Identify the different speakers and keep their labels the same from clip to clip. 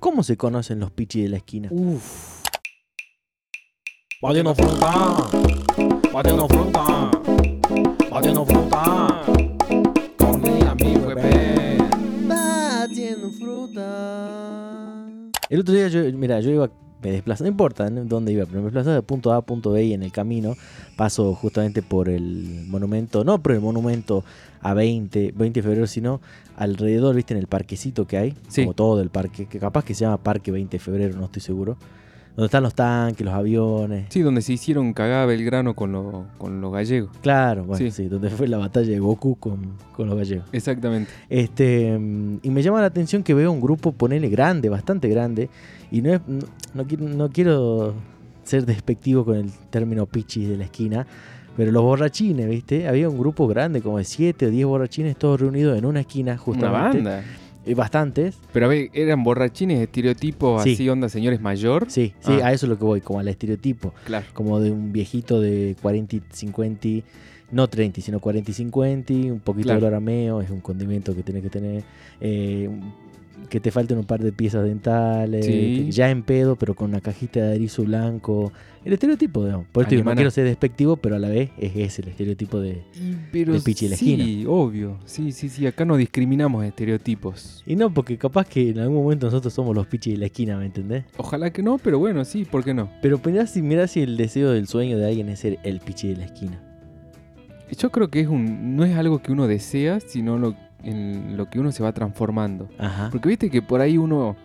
Speaker 1: ¿Cómo se conocen los pichis de la esquina?
Speaker 2: Uf. Batiendo fruta. Batiendo fruta. Batiendo fruta. Con mi amigo Pepe.
Speaker 1: Batiendo fruta. El otro día, yo, mira, yo iba, me desplazaba, no importa ¿no? dónde iba, pero me desplazaba de punto A a punto B y en el camino paso justamente por el monumento, no por el monumento a 20, 20 de febrero, sino alrededor, viste, en el parquecito que hay,
Speaker 2: Sí.
Speaker 1: como todo el parque, que capaz que se llama Parque 20 de febrero, no estoy seguro, donde están los tanques, los aviones,
Speaker 2: Sí, donde se hicieron cagar Belgrano con los con los gallegos.
Speaker 1: claro, bueno, sí.
Speaker 2: Sí.
Speaker 1: donde fue la batalla de Goku con, con los gallegos.
Speaker 2: Exactamente.
Speaker 1: Este, mm, y me llama la atención que veo un grupo, ponele grande, bastante grande, y no, es- no, no quiero, no quiero ser despectivo con el término pichis de la esquina, pero los borrachines, ¿viste? Había un grupo grande, como de 7 o 10 borrachines, todos reunidos en una esquina, justamente.
Speaker 2: Una banda.
Speaker 1: Y bastantes.
Speaker 2: Pero a ver, eran borrachines, estereotipos,
Speaker 1: Sí.
Speaker 2: así onda, señores mayor.
Speaker 1: Sí, sí,
Speaker 2: Ah.
Speaker 1: a eso es lo que voy, como al estereotipo,
Speaker 2: Claro.
Speaker 1: como de un viejito de 40 y 50, no 30, sino 40 y 50, un poquito
Speaker 2: Claro.
Speaker 1: de olor a meo, es un condimento que tiene que tener, eh, que te falten un par de piezas dentales,
Speaker 2: Sí.
Speaker 1: que ya en pedo, pero con una cajita de erizo blanco, el estereotipo, digamos. Por eso te digo, no
Speaker 2: Alemana.
Speaker 1: quiero ser despectivo, pero a la vez es ese el estereotipo de...
Speaker 2: Pero
Speaker 1: De Pichi la
Speaker 2: sí, obvio. Sí, sí, sí. Acá no discriminamos estereotipos.
Speaker 1: Y no, porque capaz que en algún momento nosotros somos los pichis de la esquina, ¿me entendés?
Speaker 2: Ojalá que no, pero bueno, sí, ¿por qué no?
Speaker 1: Pero mirá si, mirá si el deseo del sueño de alguien es ser el pichi de la esquina.
Speaker 2: Yo creo que es un, no es algo que uno desea, sino lo, en lo que uno se va transformando.
Speaker 1: Ajá.
Speaker 2: Porque viste que por ahí uno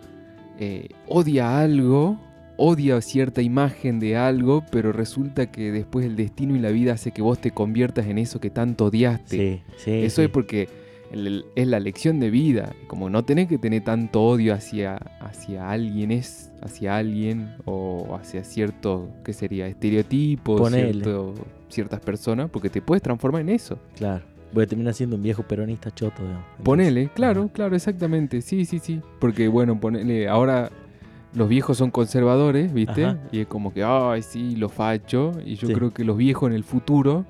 Speaker 2: eh, odia algo, odia cierta imagen de algo, pero resulta que después el destino y la vida hace que vos te conviertas en eso que tanto odiaste.
Speaker 1: Sí, sí.
Speaker 2: Eso
Speaker 1: sí.
Speaker 2: es porque el- el- es la lección de vida. Como no tenés que tener tanto odio hacia, hacia alguien, es hacia alguien o hacia cierto, ¿qué sería? Estereotipos,
Speaker 1: Ponele.
Speaker 2: cierto- ciertas personas, porque te puedes transformar en eso.
Speaker 1: Claro. Voy a terminar siendo un viejo peronista choto, digamos. Entonces,
Speaker 2: Ponele,
Speaker 1: ajá.
Speaker 2: claro, claro, exactamente. Sí, sí, sí. Porque bueno, ponele, ahora los viejos son conservadores, ¿viste?
Speaker 1: Ajá.
Speaker 2: Y es como que, ay, sí, lo facho. Y yo
Speaker 1: Sí.
Speaker 2: creo que los viejos en el futuro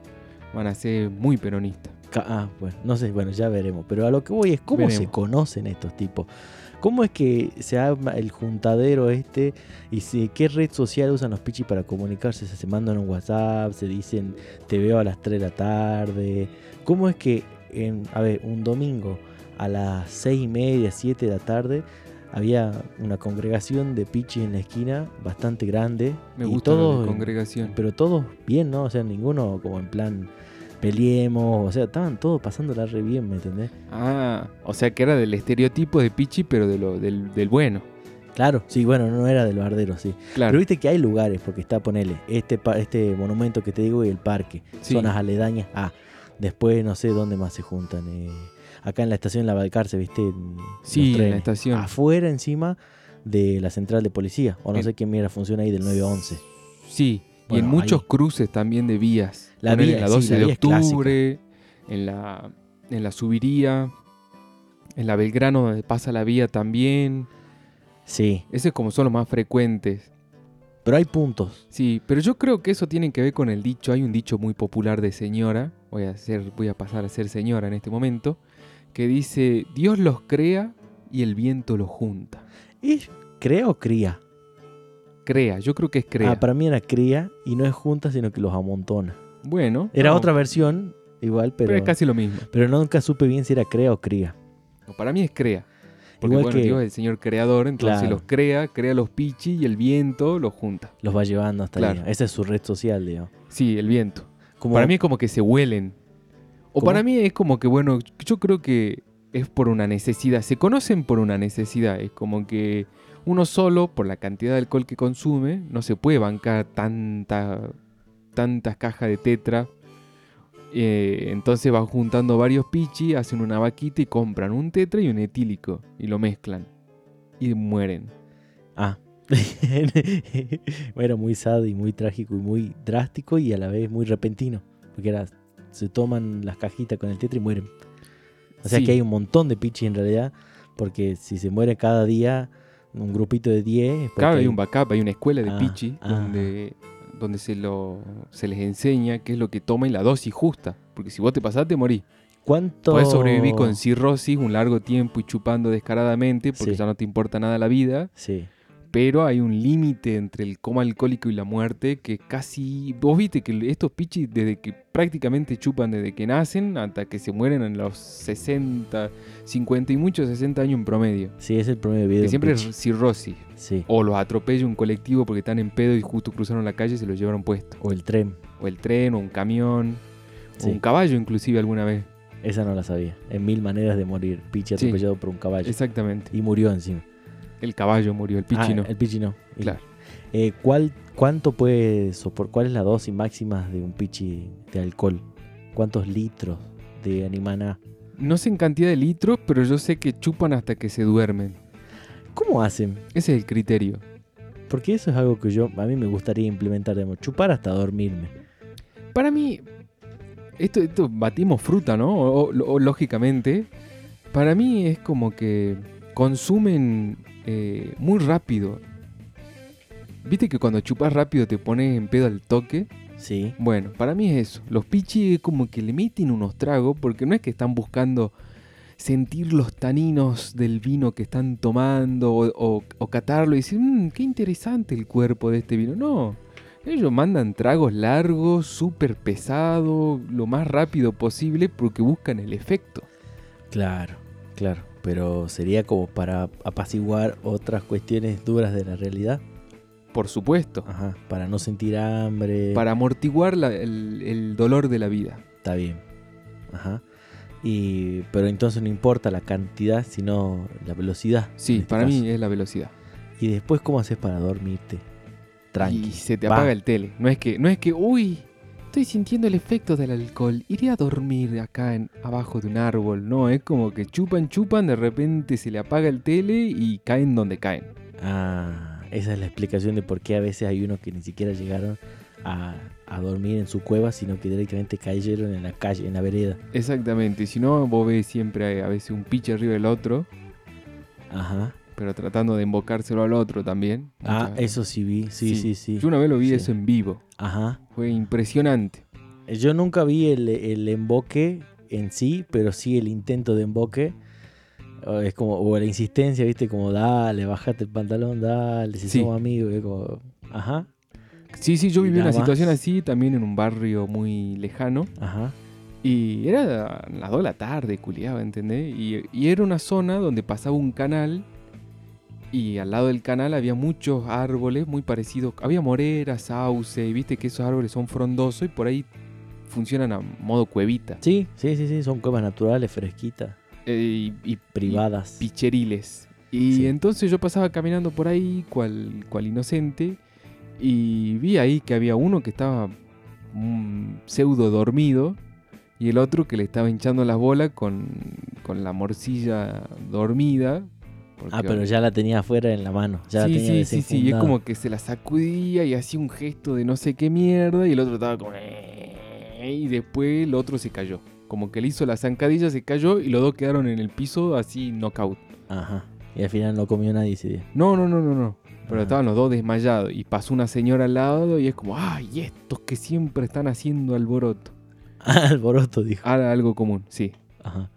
Speaker 2: van a ser muy peronistas.
Speaker 1: Ca- Ah, bueno, no sé, bueno, ya veremos. Pero a lo que voy es cómo se
Speaker 2: Veremos.
Speaker 1: conocen estos tipos. ¿Cómo es que se arma el juntadero este? ¿Y si, qué red social usan los pichis para comunicarse? Se, se mandan un WhatsApp, se dicen te veo a las 3 de la tarde. ¿Cómo es que, en, a ver, un domingo a las 6 y media, 7 de la tarde, había una congregación de pichis en la esquina bastante grande?
Speaker 2: Me
Speaker 1: y
Speaker 2: gusta la
Speaker 1: todos en-
Speaker 2: congregación.
Speaker 1: Pero todos bien, ¿no? O sea, ninguno como en plan peleemos, o sea, estaban todos pasándola re bien, ¿me entendés?
Speaker 2: Ah, o sea que era del estereotipo de Pichi, pero de lo, del, del bueno.
Speaker 1: Claro, sí, bueno, no era del bardero, sí. Pero
Speaker 2: Claro.
Speaker 1: viste que hay lugares, porque está, ponele, este, pa- este monumento que te digo y el parque,
Speaker 2: Sí.
Speaker 1: zonas aledañas a. Después no sé dónde más se juntan. eh, acá en la estación La Balcarce, viste. En
Speaker 2: Sí,
Speaker 1: los
Speaker 2: en la
Speaker 1: trenes.
Speaker 2: estación.
Speaker 1: Afuera encima de la central de policía, o no
Speaker 2: En-
Speaker 1: sé quién mira funciona ahí del 9 a 11.
Speaker 2: Sí, y
Speaker 1: Bueno,
Speaker 2: en muchos
Speaker 1: ahí.
Speaker 2: cruces también de vías.
Speaker 1: La
Speaker 2: Ponele
Speaker 1: vía,
Speaker 2: en la
Speaker 1: sí,
Speaker 2: 12
Speaker 1: la
Speaker 2: de
Speaker 1: vía es clásica.
Speaker 2: octubre, en la, en la subiría, en la Belgrano donde pasa la vía también.
Speaker 1: Sí,
Speaker 2: Ese es como son los más frecuentes.
Speaker 1: pero hay puntos.
Speaker 2: Sí, pero yo creo que eso tiene que ver con el dicho. Hay un dicho muy popular de señora, voy a, ser, voy a pasar a ser señora en este momento, que dice, Dios los crea y el viento los junta.
Speaker 1: ¿Es crea o cría?
Speaker 2: Crea, yo creo que es crea.
Speaker 1: Ah, para mí era cría y no es junta, sino que los amontona.
Speaker 2: Bueno.
Speaker 1: Era
Speaker 2: no,
Speaker 1: otra versión, igual, pero,
Speaker 2: Pero es
Speaker 1: pero,
Speaker 2: casi lo mismo.
Speaker 1: nunca supe bien si era crea o cría.
Speaker 2: No, Para mí es crea. Porque
Speaker 1: Igual
Speaker 2: bueno,
Speaker 1: que-
Speaker 2: Dios es el señor creador, entonces
Speaker 1: Claro.
Speaker 2: los crea, crea los pichi y el viento los junta.
Speaker 1: Los va llevando hasta ahí.
Speaker 2: Claro.
Speaker 1: Esa es su red social, digo.
Speaker 2: Sí, el viento.
Speaker 1: Como-
Speaker 2: Para mí es como que se huelen. O
Speaker 1: ¿Cómo?
Speaker 2: para mí es como que, bueno, yo creo que es por una necesidad. Se conocen por una necesidad. Es como que uno solo, por la cantidad de alcohol que consume, no se puede bancar tanta, tantas cajas de tetra. Eh, entonces van juntando varios pichi, hacen una vaquita y compran un tetra y un etílico. Y lo mezclan. Y mueren.
Speaker 1: Ah. era muy sad y muy trágico y muy drástico y a la vez muy repentino. Porque era, se toman las cajitas con el tetra y mueren. O sea
Speaker 2: Sí.
Speaker 1: que hay un montón de pichis en realidad, porque si se muere cada día un grupito de 10... es porque
Speaker 2: Claro, hay
Speaker 1: hay-
Speaker 2: un backup, hay una escuela de
Speaker 1: Ah,
Speaker 2: pichi
Speaker 1: ah.
Speaker 2: donde, donde se, lo, se les enseña qué es lo que toma y la dosis justa. Porque si vos te pasás, te morís.
Speaker 1: ¿Cuánto?
Speaker 2: Podés sobrevivir con cirrosis un largo tiempo y chupando descaradamente porque
Speaker 1: Sí.
Speaker 2: ya no te importa nada la vida,
Speaker 1: Sí.
Speaker 2: pero hay un límite entre el coma alcohólico y la muerte que casi... Vos viste que estos pichis desde que prácticamente chupan desde que nacen hasta que se mueren en los 60, 50 y muchos 60 años en promedio.
Speaker 1: Sí, es el promedio de vida. de
Speaker 2: Que
Speaker 1: un
Speaker 2: siempre
Speaker 1: pitch.
Speaker 2: es cirrosis.
Speaker 1: Sí.
Speaker 2: O los atropella un colectivo porque están en pedo y justo cruzaron la calle y se los llevaron puesto.
Speaker 1: O el tren.
Speaker 2: O el tren, o un camión, o
Speaker 1: Sí.
Speaker 2: un caballo inclusive alguna vez.
Speaker 1: Esa no la sabía. En mil maneras de morir. Pichi
Speaker 2: Sí.
Speaker 1: atropellado por un caballo.
Speaker 2: Exactamente.
Speaker 1: Y murió encima.
Speaker 2: El caballo murió, el
Speaker 1: Ah,
Speaker 2: pichino.
Speaker 1: el pichi no. Y-
Speaker 2: Claro.
Speaker 1: Eh, ¿cuál, ¿Cuánto puede soportar? ¿Cuál es la dosis máxima de un pichi de alcohol? ¿Cuántos litros de animana?
Speaker 2: No sé en cantidad de litros, pero yo sé que chupan hasta que se duermen.
Speaker 1: ¿Cómo hacen?
Speaker 2: Ese es el criterio.
Speaker 1: Porque eso es algo que yo, a mí me gustaría implementar, digamos, chupar hasta dormirme.
Speaker 2: Para mí, esto, esto batimos fruta, ¿no? O, o- o lógicamente. Para mí es como que consumen eh, muy rápido. Viste que cuando chupas rápido te pones en pedo al toque.
Speaker 1: Sí.
Speaker 2: Bueno, para mí es eso. Los pichi es como que le meten unos tragos porque no es que están buscando sentir los taninos del vino que están tomando o, o- o catarlo y decir, mmm, qué interesante el cuerpo de este vino. No, ellos mandan tragos largos, súper pesados, lo más rápido posible porque buscan el efecto.
Speaker 1: Claro, claro. Pero sería como para apaciguar otras cuestiones duras de la realidad.
Speaker 2: Por supuesto,
Speaker 1: Ajá. Para no sentir hambre.
Speaker 2: para amortiguar la- el- el dolor de la vida.
Speaker 1: Está bien. Ajá. Y, pero entonces no importa la cantidad, sino la velocidad. en
Speaker 2: Sí,
Speaker 1: este
Speaker 2: para
Speaker 1: caso.
Speaker 2: mí es la velocidad.
Speaker 1: Y después, ¿cómo haces para dormirte?
Speaker 2: Y
Speaker 1: Tranqui.
Speaker 2: se te
Speaker 1: va.
Speaker 2: apaga el tele. No es que, no es que, uy, estoy sintiendo el efecto del alcohol. Iré a dormir acá en, abajo de un árbol. No, es como que chupan, chupan, de repente se le apaga el tele y caen donde caen.
Speaker 1: Ah, esa es la explicación de por qué a veces hay unos que ni siquiera llegaron a, a dormir en su cueva, sino que directamente cayeron en la calle, en la vereda.
Speaker 2: Exactamente. Si no, vos ves siempre eh, a veces un piche arriba del otro,
Speaker 1: Ajá.
Speaker 2: pero tratando de embocárselo al otro también.
Speaker 1: Ah,
Speaker 2: Muchas-
Speaker 1: eso sí vi. Sí, sí, sí.
Speaker 2: Yo una vez lo vi
Speaker 1: Sí.
Speaker 2: eso en vivo.
Speaker 1: Ajá.
Speaker 2: Fue impresionante.
Speaker 1: Yo nunca vi el, el emboque en sí, pero sí el intento de emboque. O Es como, o la insistencia, viste, como dale, bajate el pantalón, dale, si
Speaker 2: Sí.
Speaker 1: somos amigos, es como, ajá,
Speaker 2: Sí, sí, yo viví
Speaker 1: Mirá
Speaker 2: una situación
Speaker 1: más.
Speaker 2: así también en un barrio muy lejano.
Speaker 1: ajá,
Speaker 2: Y era las 2 de la tarde, culiaba, ¿entendés? Y, y era una zona donde pasaba un canal y al lado del canal había muchos árboles muy parecidos. Había moreras, sauce, y viste que esos árboles son frondosos y por ahí funcionan a modo cuevita.
Speaker 1: sí, sí, sí, sí, son cuevas naturales, fresquitas,
Speaker 2: Eh, y, y-
Speaker 1: privadas.
Speaker 2: y picheriles. Y
Speaker 1: Sí.
Speaker 2: entonces yo pasaba caminando por ahí, cual, cual inocente, y vi ahí que había uno que estaba mm, pseudo dormido y el otro que le estaba hinchando las bolas con, con la morcilla dormida. porque-
Speaker 1: Ah, pero ya la tenía afuera en la mano, ya
Speaker 2: sí,
Speaker 1: la tenía
Speaker 2: sí, sí, sí, y es
Speaker 1: desenfundada.
Speaker 2: como que se la sacudía y hacía un gesto de no sé qué mierda y el otro estaba como... "Eh", Y después el otro se cayó. Como que le hizo la zancadilla, se cayó y los dos quedaron en el piso así knockout.
Speaker 1: Ajá, y al final no comió nadie ese día.
Speaker 2: No, no, no, no, no. Pero
Speaker 1: Ah.
Speaker 2: estaban los dos desmayados y pasó una señora al lado y es como, ay, estos que siempre están haciendo alboroto.
Speaker 1: Alboroto, dijo.
Speaker 2: Era algo común, sí.
Speaker 1: Ajá.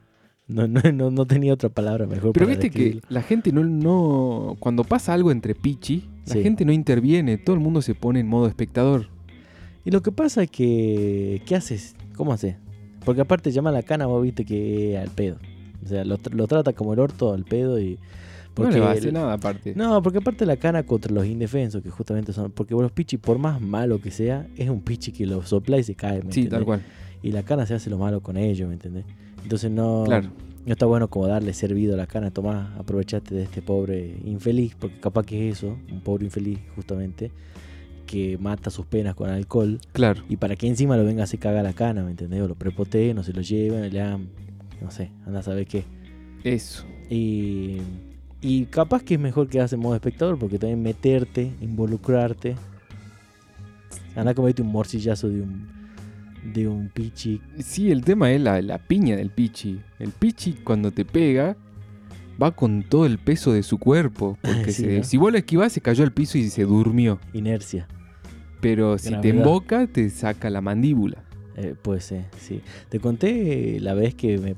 Speaker 1: No, no, no, no tenía otra palabra mejor
Speaker 2: Pero
Speaker 1: para
Speaker 2: viste que
Speaker 1: describirlo.
Speaker 2: la gente no, no, cuando pasa algo entre pichi, la
Speaker 1: Sí.
Speaker 2: gente no interviene, todo el mundo se pone en modo espectador.
Speaker 1: Y lo que pasa es que, ¿qué haces? ¿Cómo haces? Porque aparte llama a la cana, vos viste que al pedo. O sea, lo, tra- lo trata como el orto al pedo y...
Speaker 2: no le va a
Speaker 1: el-
Speaker 2: hacer nada aparte.
Speaker 1: No, porque aparte la cana contra los indefensos, que justamente son. Porque los pichis, por más malo que sea, es un pichi que lo sopla y se cae, ¿me
Speaker 2: sí,
Speaker 1: entendés?
Speaker 2: tal cual.
Speaker 1: Y la cana se hace lo malo con ellos, ¿me entendés? Entonces no,
Speaker 2: Claro.
Speaker 1: no está bueno como darle servido a la cana, Tomás, aprovechate de este pobre infeliz, porque capaz que es eso, un pobre infeliz, justamente, que mata sus penas con alcohol.
Speaker 2: Claro.
Speaker 1: Y para que encima lo venga se caga la cana, ¿me entendés? O lo prepotee, no se lo lleven, le hagan. No sé, anda a saber qué.
Speaker 2: Eso.
Speaker 1: Y, y capaz que es mejor que en modo espectador, porque también meterte, involucrarte. Anda a comerte un morcillazo de un. de un pichi.
Speaker 2: Sí, el tema es la, la piña del pichi. El pichi cuando te pega va con todo el peso de su cuerpo. Porque
Speaker 1: Sí,
Speaker 2: se-
Speaker 1: ¿no?
Speaker 2: si vos lo esquivás se cayó al piso y se durmió.
Speaker 1: inercia.
Speaker 2: Pero si te
Speaker 1: Gravedad.
Speaker 2: emboca te saca la mandíbula.
Speaker 1: Eh, puede ser, sí. Te conté la vez que me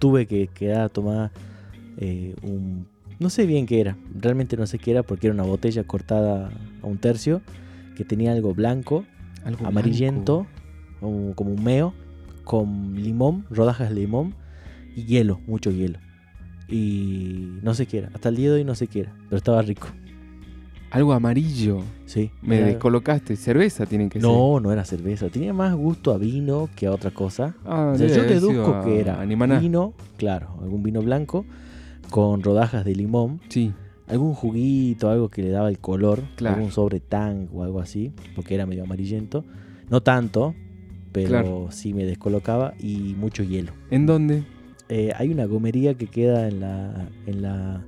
Speaker 1: tuve que quedar a tomar eh, un... No sé bien qué era, realmente no sé qué era porque era una botella cortada a un tercio que tenía algo blanco,
Speaker 2: Algo
Speaker 1: amarillento,
Speaker 2: blanco.
Speaker 1: como- como un meo, con limón, rodajas de limón y hielo, mucho hielo. Y no sé qué era, hasta el día de hoy no sé qué era, pero estaba rico.
Speaker 2: Algo amarillo.
Speaker 1: Sí.
Speaker 2: Me
Speaker 1: era-
Speaker 2: descolocaste. Cerveza tiene que ser.
Speaker 1: No, no era cerveza, tenía más gusto a vino que a otra cosa.
Speaker 2: Ah,
Speaker 1: O sea,
Speaker 2: debe
Speaker 1: yo
Speaker 2: haber
Speaker 1: deduzco
Speaker 2: sido
Speaker 1: que era
Speaker 2: Animaná.
Speaker 1: vino, claro, algún vino blanco con rodajas de limón,
Speaker 2: Sí.
Speaker 1: algún juguito, algo que le daba el color,
Speaker 2: Claro.
Speaker 1: algún sobre tang o algo así, porque era medio amarillento. No tanto, pero
Speaker 2: Claro.
Speaker 1: sí me descolocaba y mucho hielo.
Speaker 2: ¿En dónde?
Speaker 1: Eh, hay una gomería que queda en la, en la...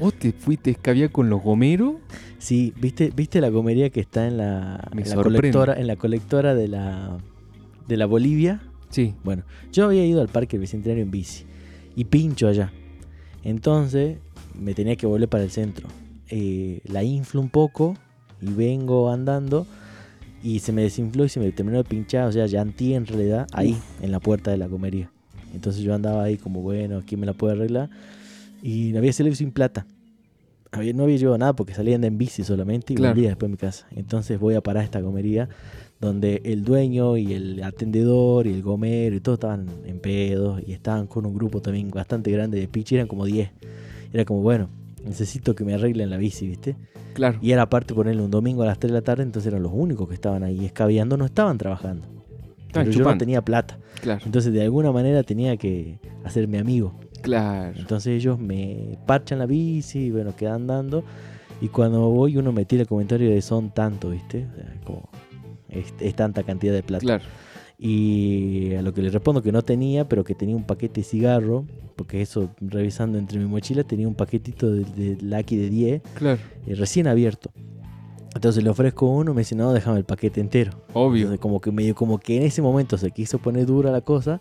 Speaker 2: ¿Vos te fuiste a escabiar con los gomeros?
Speaker 1: Sí, ¿viste, viste la gomería que está en la,
Speaker 2: Me
Speaker 1: en la
Speaker 2: sorprende.
Speaker 1: colectora, en la colectora de la, de la Bolivia?
Speaker 2: Sí.
Speaker 1: Bueno, yo había ido al parque Bicentenario en bici y pincho allá. Entonces me tenía que volver para el centro. Eh, la inflo un poco y vengo andando y se me desinfló y se me terminó de pinchar. O sea, ya anti en realidad ahí, en la puerta de la comería. Entonces yo andaba ahí como, bueno, ¿quién me la puede arreglar? Y había salido sin plata. Había- no había llevado nada porque salía a andar en bici solamente y
Speaker 2: Claro.
Speaker 1: volvía después a mi casa. Entonces voy a parar a esta comería donde el dueño y el atendedor y el gomero y todos estaban en pedos y estaban con un grupo también bastante grande de pichi, eran como 10. Era como, bueno, necesito que me arreglen la bici, ¿viste?
Speaker 2: Claro.
Speaker 1: Y era aparte ponerle un domingo a las 3 de la tarde, entonces eran los únicos que estaban ahí escabeando, no estaban trabajando.
Speaker 2: Estaban
Speaker 1: Pero yo no
Speaker 2: chupando.
Speaker 1: tenía plata.
Speaker 2: Claro.
Speaker 1: Entonces de alguna manera tenía que hacerme amigo.
Speaker 2: Claro.
Speaker 1: Entonces ellos me parchan la bici, y bueno, quedan andando. Y cuando voy, uno me tira el comentario de son tanto, ¿viste? O sea, como es, es tanta cantidad de plata.
Speaker 2: Claro.
Speaker 1: Y a lo que le respondo que no tenía, pero que tenía un paquete de cigarro, porque eso, revisando entre mi mochila, tenía un paquetito de, de Lucky de 10,
Speaker 2: Claro.
Speaker 1: eh, recién abierto. Entonces le ofrezco uno, me dice, no, déjame el paquete entero.
Speaker 2: Obvio.
Speaker 1: Entonces, como que medio, como que en ese momento se quiso poner dura la cosa.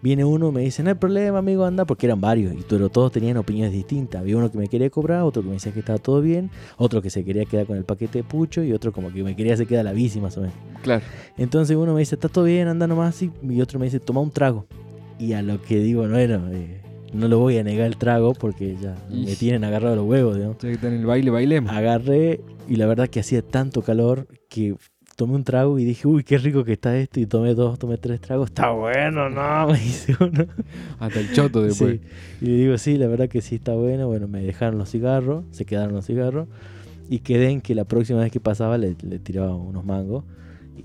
Speaker 1: Viene uno, me dice, no hay problema, amigo, anda, porque eran varios, y pero todos tenían opiniones distintas. Había uno que me quería cobrar, otro que me decía que estaba todo bien, otro que se quería quedar con el paquete de pucho, y otro como que me quería se queda la bici más o menos.
Speaker 2: Claro.
Speaker 1: Entonces uno me dice, está todo bien, anda nomás, y, y otro me dice, toma un trago. Y a lo que digo, no era, eh, no lo voy a negar el trago porque ya me
Speaker 2: Ish.
Speaker 1: tienen agarrado los huevos, digamos.
Speaker 2: Ya que está en el baile, bailemos.
Speaker 1: Agarré y la verdad que hacía tanto calor que tomé un trago y dije, uy, qué rico que está esto. Y tomé dos, tomé tres tragos. Está bueno, no, me dice uno.
Speaker 2: Hasta el choto después.
Speaker 1: Ah. Sí. Y le digo, sí, la verdad que sí está bueno. Bueno, me dejaron los cigarros, se quedaron los cigarros. Y quedé en que la próxima vez que pasaba le, le tiraba unos mangos.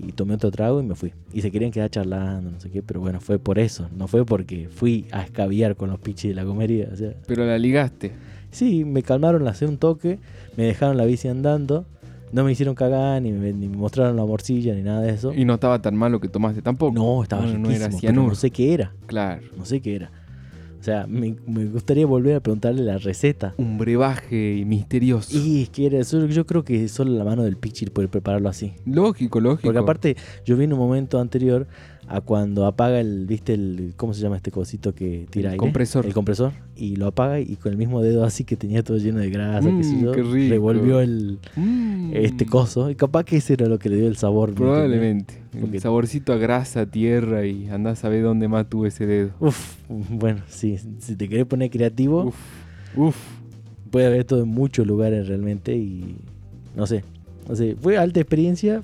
Speaker 1: Y tomé otro trago y me fui. Y se querían quedar charlando, no sé qué. Pero bueno, fue por eso. No fue porque fui a escabiar con los pichis de la comería. O sea,
Speaker 2: Pero la ligaste.
Speaker 1: Sí, me calmaron, la hice un toque, me dejaron la bici andando, no me hicieron cagar, ni me, ni me mostraron la morcilla, ni nada de eso.
Speaker 2: Y no estaba tan malo que tomaste tampoco.
Speaker 1: No, estaba
Speaker 2: No, no
Speaker 1: riquísimo,
Speaker 2: era
Speaker 1: pero
Speaker 2: cianuro.
Speaker 1: no sé qué era,
Speaker 2: Claro.
Speaker 1: no sé qué era. O sea, me, me gustaría volver a preguntarle la receta.
Speaker 2: Un brebaje misterioso.
Speaker 1: Y es que era, yo, yo creo que solo la mano del pichir puede prepararlo así.
Speaker 2: Lógico, lógico.
Speaker 1: Porque aparte, yo vi en un momento anterior a cuando apaga el, ¿viste el, cómo se llama este cosito que tira
Speaker 2: El
Speaker 1: aire?
Speaker 2: compresor.
Speaker 1: El compresor. Y lo apaga y con el mismo dedo así que tenía todo lleno de grasa, qué sé
Speaker 2: Mm,
Speaker 1: yo,
Speaker 2: qué rico.
Speaker 1: revolvió el,
Speaker 2: Mm,
Speaker 1: este coso. Y capaz que ese era lo que le dio el sabor. ¿me entendés?
Speaker 2: Probablemente.
Speaker 1: Porque-
Speaker 2: El saborcito a grasa, tierra y andás a ver dónde más tuvo ese dedo.
Speaker 1: Uf, bueno, sí, si te querés poner creativo,
Speaker 2: Uf. Uf.
Speaker 1: puede haber todo en muchos lugares realmente y no sé. No sé, fue alta experiencia,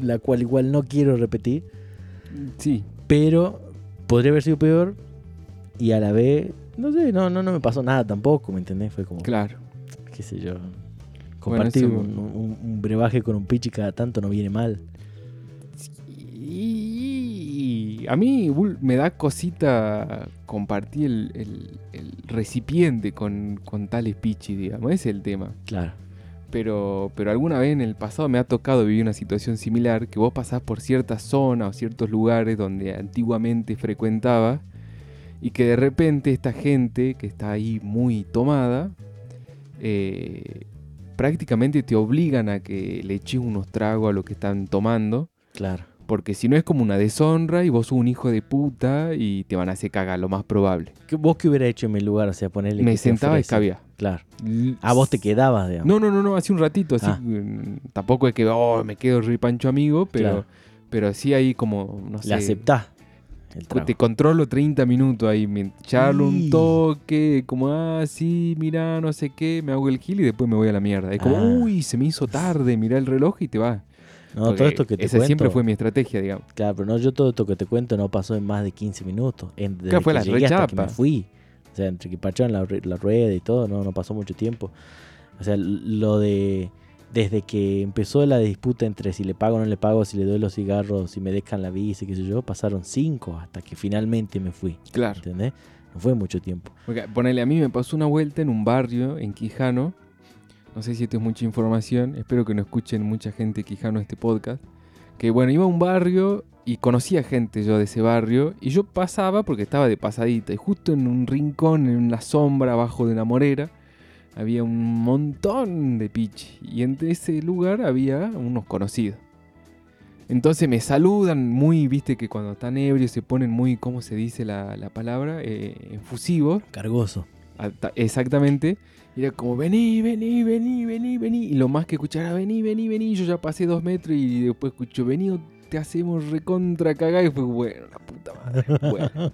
Speaker 1: la cual igual no quiero repetir,
Speaker 2: Sí.
Speaker 1: Oh. pero podría haber sido peor y a la vez, no sé, no, no, no me pasó nada tampoco, ¿me entendés? Fue como,
Speaker 2: Claro.
Speaker 1: qué sé yo, compartir
Speaker 2: eso-
Speaker 1: un, un- un brebaje con un pichi cada tanto no viene mal.
Speaker 2: Y a mí Bull, me da cosita compartir el, el- el recipiente con, con tales pichis, digamos. Ese es el tema.
Speaker 1: Claro.
Speaker 2: Pero, pero alguna vez en el pasado me ha tocado vivir una situación similar, que vos pasás por ciertas zonas o ciertos lugares donde antiguamente frecuentaba y que de repente esta gente que está ahí muy tomada, eh, prácticamente te obligan a que le eches unos tragos a lo que están tomando,
Speaker 1: Claro.
Speaker 2: porque si no es como una deshonra y vos sos un hijo de puta y te van a hacer cagar, lo más probable.
Speaker 1: ¿Qué- ¿Vos qué hubiera hecho en mi lugar? O sea, ponerle. que
Speaker 2: me
Speaker 1: te
Speaker 2: sentaba a
Speaker 1: ofrece.
Speaker 2: escabiar.
Speaker 1: Claro. A vos te quedabas, digamos.
Speaker 2: No, no, no, no, hace un ratito, así.
Speaker 1: Ah.
Speaker 2: mm, Tampoco es que oh, me quedo re pancho amigo, pero,
Speaker 1: Claro.
Speaker 2: Pero sí hay como, no sé.
Speaker 1: Le aceptás el
Speaker 2: co-
Speaker 1: trago.
Speaker 2: Te controlo 30 minutos ahí, me charlo un
Speaker 1: Y-
Speaker 2: toque, como, ah, sí, mirá, no sé qué, me hago el gil y después me voy a la mierda. Es como,
Speaker 1: Ah.
Speaker 2: uy, se me hizo tarde, mirá el reloj y te vas.
Speaker 1: No, todo esto que te
Speaker 2: Esa
Speaker 1: cuento.
Speaker 2: siempre fue mi estrategia, digamos.
Speaker 1: Claro, pero no, yo todo esto que te cuento no pasó en más de 15 minutos. En, desde
Speaker 2: Claro, fue
Speaker 1: que
Speaker 2: la
Speaker 1: llegué hasta que
Speaker 2: rechapa.
Speaker 1: me fui. O sea, entre que parcharon la, ru- la rueda y todo, no, no pasó mucho tiempo. O sea, lo de. Desde que empezó la disputa entre si le pago o no le pago, si le doy los cigarros, si me dejan la bici, qué sé yo, pasaron cinco hasta que finalmente me fui.
Speaker 2: Claro.
Speaker 1: ¿Entendés? No fue mucho tiempo.
Speaker 2: Porque, ponele, a mí me pasó una vuelta en un barrio en Quijano. No sé si esto es mucha información. Espero que no escuchen mucha gente de Quijano este podcast. Que bueno, iba a un barrio y conocía gente yo de ese barrio. Y yo pasaba porque estaba de pasadita. Y justo en un rincón, en una sombra abajo de una morera, había un montón de pichi. Y entre ese lugar había unos conocidos. Entonces me saludan muy, viste que cuando están ebrios se ponen muy, ¿cómo se dice la, la palabra? Eh, efusivos.
Speaker 1: Cargoso.
Speaker 2: Ata- Exactamente. Y era como, vení, vení, vení, vení, vení. Y lo más que escuchara, vení, vení, vení. Yo ya pasé dos metros y después escucho, vení, o te hacemos recontra cagar. Y fue, bueno, la puta madre. Bueno.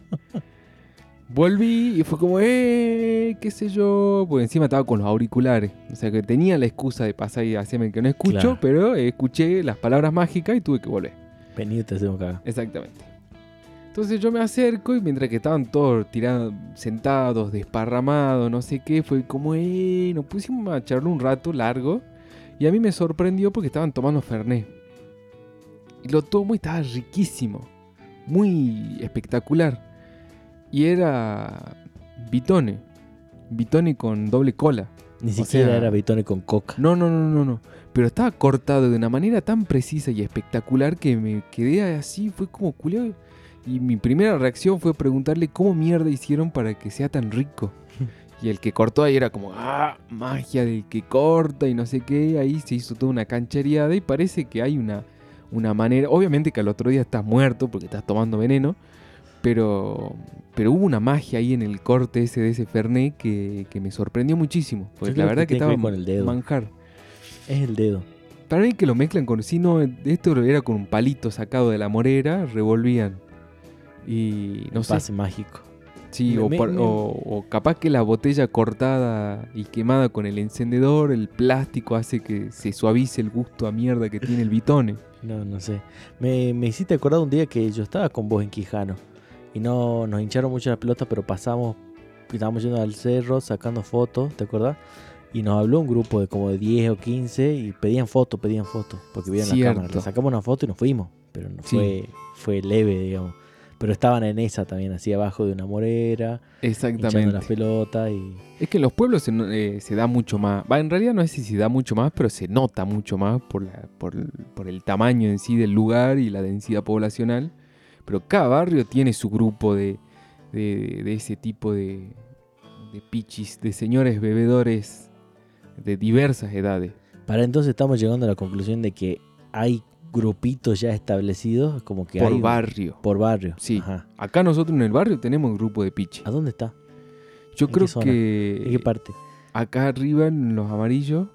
Speaker 2: Volví y fue como, eh, qué sé yo. Porque encima estaba con los auriculares. O sea que tenía la excusa de pasar y hacerme el que no escucho,
Speaker 1: Claro.
Speaker 2: pero eh, escuché las palabras mágicas y tuve que volver.
Speaker 1: Vení, te hacemos cagar.
Speaker 2: Exactamente. Entonces yo me acerco y mientras que estaban todos tirados, sentados, desparramados, no sé qué, fue como, eh, nos pusimos a charlar un rato largo. Y a mí me sorprendió porque estaban tomando Fernet. Y lo tomo y estaba riquísimo. Muy espectacular. Y era Bitone. Bitone con doble cola.
Speaker 1: Ni
Speaker 2: O
Speaker 1: siquiera
Speaker 2: sea-
Speaker 1: era Bitone con coca.
Speaker 2: No, no, no, no, no. Pero estaba cortado de una manera tan precisa y espectacular que me quedé así, fue como culiado. Y mi primera reacción fue preguntarle cómo mierda hicieron para que sea tan rico. Y el que cortó ahí era como, ah, magia del que corta y no sé qué. Ahí se hizo toda una canchereada y parece que hay una, una manera. Obviamente que al otro día estás muerto porque estás tomando veneno. Pero, pero hubo una magia ahí en el corte ese de ese Fernet que, que me sorprendió muchísimo. Porque
Speaker 1: Yo
Speaker 2: la
Speaker 1: creo
Speaker 2: verdad
Speaker 1: que
Speaker 2: que,
Speaker 1: tiene que
Speaker 2: estaba
Speaker 1: ver con el dedo.
Speaker 2: manjar.
Speaker 1: Es el dedo.
Speaker 2: Para mí que lo mezclan con. Si no, esto era con un palito sacado de la morera, revolvían. Y no
Speaker 1: un
Speaker 2: sé.
Speaker 1: pase mágico.
Speaker 2: Sí,
Speaker 1: Me-
Speaker 2: o,
Speaker 1: me-
Speaker 2: par-
Speaker 1: me-
Speaker 2: o- o capaz que la botella cortada y quemada con el encendedor, el plástico hace que se suavice el gusto a mierda que tiene el bitone.
Speaker 1: No, no sé. Me, me hiciste acordar un día que yo estaba con vos en Quijano. Y no nos hincharon mucho las pelotas, pero pasamos, estábamos yendo al cerro sacando fotos, ¿te acordás? Y nos habló un grupo de como de 10 o 15 y pedían fotos, pedían fotos, porque veían la cámara.
Speaker 2: Cierto.
Speaker 1: Le sacamos una foto y nos fuimos, pero no
Speaker 2: Sí.
Speaker 1: fue, fue leve, digamos. Pero estaban en esa también, así abajo de una morera, hinchando las
Speaker 2: Exactamente.
Speaker 1: pelotas y...
Speaker 2: Es que en los pueblos se, no- eh, se da mucho más. Va, en realidad no sé si se da mucho más, pero se nota mucho más por, la- por, el- por el tamaño en sí del lugar y la densidad poblacional. Pero cada barrio tiene su grupo de, de- de ese tipo de, de pichis, de señores bebedores de diversas edades.
Speaker 1: Para entonces estamos llegando a la conclusión de que hay grupitos ya establecidos, como que
Speaker 2: por
Speaker 1: hay...
Speaker 2: barrio.
Speaker 1: Por barrio.
Speaker 2: Sí.
Speaker 1: Ajá.
Speaker 2: Acá nosotros en el barrio tenemos un grupo de pichis.
Speaker 1: ¿A dónde está?
Speaker 2: Yo
Speaker 1: Ah, ¿En
Speaker 2: creo
Speaker 1: qué zona?
Speaker 2: que...
Speaker 1: ¿En qué parte?
Speaker 2: Acá arriba, en los amarillos,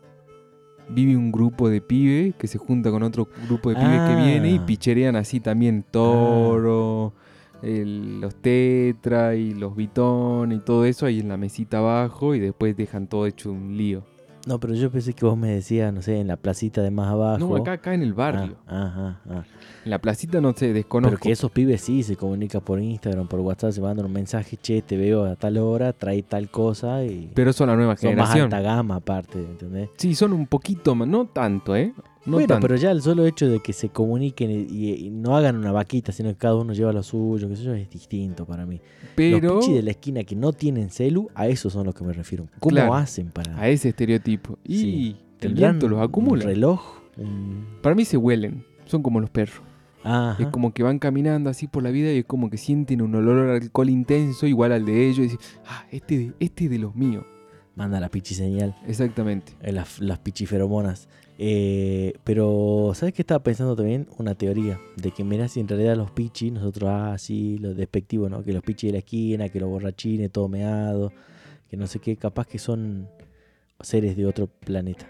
Speaker 2: vive un grupo de pibe que se junta con otro grupo de pibe
Speaker 1: Ah.
Speaker 2: que viene y picherean así también toro,
Speaker 1: Ah.
Speaker 2: el- los tetra y los bitón y todo eso ahí en la mesita abajo y después dejan todo hecho un lío.
Speaker 1: No, pero yo pensé que vos me decías, no sé, en la placita de más abajo.
Speaker 2: No, acá, acá en el barrio.
Speaker 1: Ah, ajá, ajá.
Speaker 2: En la placita no sé, desconozco.
Speaker 1: Pero que esos pibes sí se comunican por Instagram, por WhatsApp, se mandan un mensaje, che, te veo a tal hora, trae tal cosa y
Speaker 2: Pero son la nueva
Speaker 1: son más
Speaker 2: generación.
Speaker 1: alta gama aparte, ¿entendés?
Speaker 2: Sí, son un poquito más, no tanto, ¿eh? No
Speaker 1: bueno,
Speaker 2: tanto.
Speaker 1: pero ya el solo hecho de que se comuniquen y, y- y no hagan una vaquita, sino que cada uno lleva lo suyo, que eso es distinto para mí.
Speaker 2: Pero
Speaker 1: Los pichis de la esquina que no tienen celu, a esos son los que me refiero. ¿Cómo
Speaker 2: Claro.
Speaker 1: hacen para...?
Speaker 2: a ese estereotipo. Y
Speaker 1: Sí.
Speaker 2: el
Speaker 1: ¿Tendrán
Speaker 2: viento los acumula.
Speaker 1: un reloj? un-
Speaker 2: Para mí se huelen, son como los perros.
Speaker 1: Ajá.
Speaker 2: Es como que van caminando así por la vida y es como que sienten un olor a alcohol intenso igual al de ellos y dicen, ah, este de, este de los míos.
Speaker 1: Manda la pichi señal,
Speaker 2: Exactamente.
Speaker 1: eh, las, las pichiferomonas. Eh, pero, ¿sabes qué estaba pensando también? Una teoría de que, mirá, si en realidad los pichis, nosotros, ah, sí, los despectivos, ¿no? Que los pichis de la esquina, que los borrachines, todo meado, que no sé qué, capaz que son seres de otro planeta.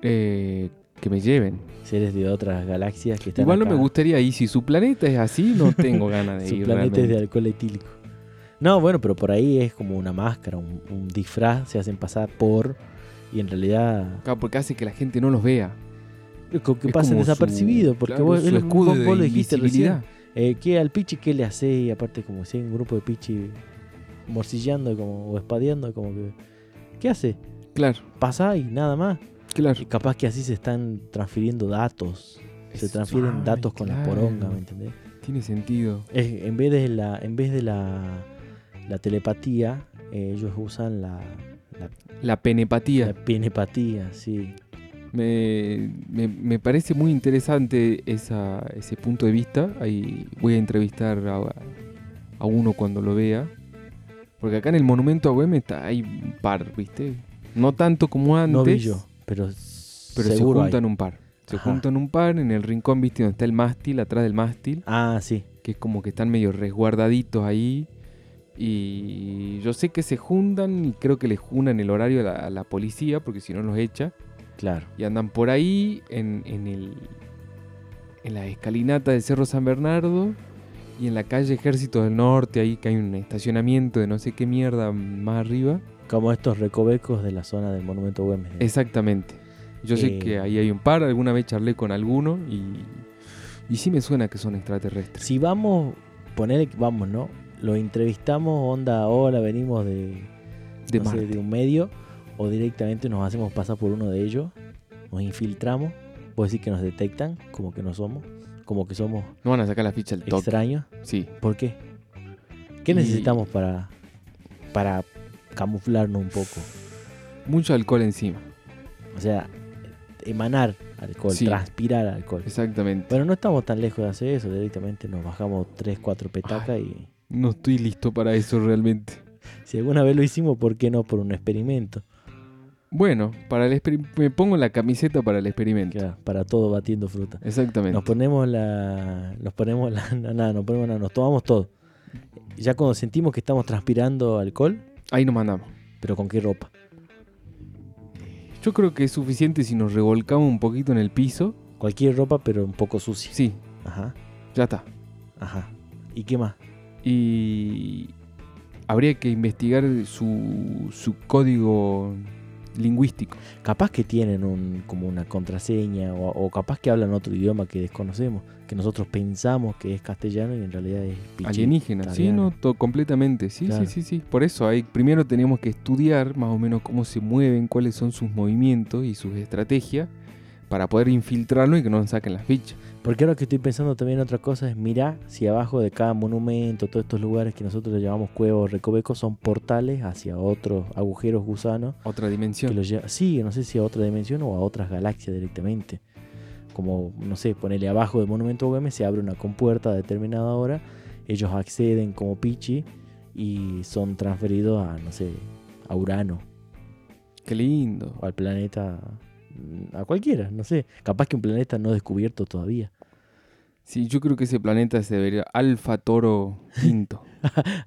Speaker 2: Eh, que me lleven.
Speaker 1: seres de otras galaxias que están.
Speaker 2: Igual no
Speaker 1: acá.
Speaker 2: me gustaría ir. Si su planeta es así, no tengo ganas de
Speaker 1: Su
Speaker 2: ir.
Speaker 1: planeta es de
Speaker 2: realmente.
Speaker 1: alcohol etílico. No, bueno, pero por ahí es como una máscara, un, un disfraz, se hacen pasar por. Y en realidad.
Speaker 2: Claro, porque hace que la gente no los vea.
Speaker 1: lo Que
Speaker 2: Es
Speaker 1: pasan
Speaker 2: como su-
Speaker 1: desapercibido, porque
Speaker 2: claro,
Speaker 1: vos,
Speaker 2: su
Speaker 1: vos-
Speaker 2: escudo
Speaker 1: vos
Speaker 2: de
Speaker 1: lo dijiste recién.
Speaker 2: invisibilidad.
Speaker 1: Eh, ¿Qué al pichi qué le hace? Y aparte, como si hay un grupo de pichi morcillando como, o espadeando, como que. ¿Qué hace?
Speaker 2: Claro,
Speaker 1: Pasa y nada más.
Speaker 2: claro.
Speaker 1: Y capaz que así se están transfiriendo datos. Se
Speaker 2: Es-
Speaker 1: transfieren
Speaker 2: Ay,
Speaker 1: datos con la
Speaker 2: claro.
Speaker 1: poronga, ¿me entendés?
Speaker 2: Tiene sentido.
Speaker 1: Es- en vez de la, en vez de la, la telepatía, eh, ellos usan la,
Speaker 2: La penepatía.
Speaker 1: la pinepatía, sí.
Speaker 2: Me, me- me parece muy interesante esa, ese punto de vista. Ahí voy a entrevistar a, a uno cuando lo vea. Porque acá en el Monumento a Güemes está, hay un par, ¿viste? No tanto como antes,
Speaker 1: No vi yo, pero, seguro
Speaker 2: pero se
Speaker 1: hay.
Speaker 2: juntan un par. Se
Speaker 1: Ajá.
Speaker 2: juntan un par en el rincón, ¿viste? Donde está el mástil, atrás del mástil.
Speaker 1: Ah, sí.
Speaker 2: que es como que están medio resguardaditos ahí. Y yo sé que se juntan y creo que les junan el horario a la, a la policía, porque si no los echa.
Speaker 1: Claro.
Speaker 2: Y andan por ahí en, en el, en la escalinata del Cerro San Bernardo y en la calle Ejército del Norte, ahí que hay un estacionamiento de no sé qué mierda más arriba.
Speaker 1: Como estos recovecos de la zona del Monumento Güemes. ¿eh?
Speaker 2: Exactamente. Yo sé
Speaker 1: Eh.
Speaker 2: que ahí hay un par, alguna vez charlé con alguno y, y sí me suena que son extraterrestres.
Speaker 1: Si vamos, poner, vamos, ¿no? Lo entrevistamos, onda, hola, venimos de,
Speaker 2: De
Speaker 1: no sé,
Speaker 2: Marte.
Speaker 1: de un medio, o directamente nos hacemos pasar por uno de ellos, nos infiltramos, puedo decir que nos detectan, como que no somos, como que somos
Speaker 2: No van a sacar la ficha al toque.
Speaker 1: extraños.
Speaker 2: Sí.
Speaker 1: ¿Por qué? ¿Qué
Speaker 2: Y-
Speaker 1: necesitamos para, para camuflarnos un poco?
Speaker 2: Mucho alcohol encima.
Speaker 1: O sea, emanar alcohol,
Speaker 2: Sí.
Speaker 1: transpirar alcohol.
Speaker 2: Exactamente.
Speaker 1: Pero no estamos tan lejos de hacer eso, directamente nos bajamos 3, 4 petacas y
Speaker 2: No estoy listo para eso realmente.
Speaker 1: si alguna vez lo hicimos, ¿por qué no por un experimento?
Speaker 2: Bueno, para el experi- me pongo la camiseta para el experimento.
Speaker 1: Claro, para todo batiendo fruta.
Speaker 2: Exactamente.
Speaker 1: Nos ponemos la. Nos ponemos la. no, nada, nos ponemos nada, nos tomamos todo. Ya cuando sentimos que estamos transpirando alcohol,
Speaker 2: Ahí nos mandamos.
Speaker 1: pero ¿con qué ropa?
Speaker 2: Yo creo que es suficiente si nos revolcamos un poquito en el piso.
Speaker 1: Cualquier ropa, pero un poco sucia.
Speaker 2: Sí,
Speaker 1: Ajá,
Speaker 2: ya está.
Speaker 1: ajá. ¿Y qué más?
Speaker 2: Y habría que investigar su, su código lingüístico.
Speaker 1: Capaz que tienen un, como una contraseña o, o capaz que hablan otro idioma que desconocemos, que nosotros pensamos que es castellano y en realidad es pichín.
Speaker 2: alienígena, sí,
Speaker 1: italiano.
Speaker 2: no, todo completamente, sí,
Speaker 1: Claro.
Speaker 2: sí, sí, sí. Por eso ahí primero tenemos que estudiar más o menos cómo se mueven, cuáles son sus movimientos y sus estrategias para poder infiltrarlo y que no nos saquen las fichas.
Speaker 1: Porque ahora que estoy pensando también en otra cosa es mirar si abajo de cada monumento, todos estos lugares que nosotros le llamamos cuevos o recovecos son portales hacia otros agujeros gusanos
Speaker 2: Otra
Speaker 1: que
Speaker 2: dimensión.
Speaker 1: los lleva, sí, no sé si a otra dimensión o a otras galaxias directamente. Como, no sé, ponerle abajo del monumento Gómez se abre una compuerta a determinada hora, ellos acceden como Pichi y son transferidos a, no sé, a Urano
Speaker 2: Qué lindo.
Speaker 1: o al planeta, mm, a cualquiera, no sé, capaz que un planeta no descubierto todavía.
Speaker 2: Sí, yo creo que ese planeta se debería Alfa Toro Quinto.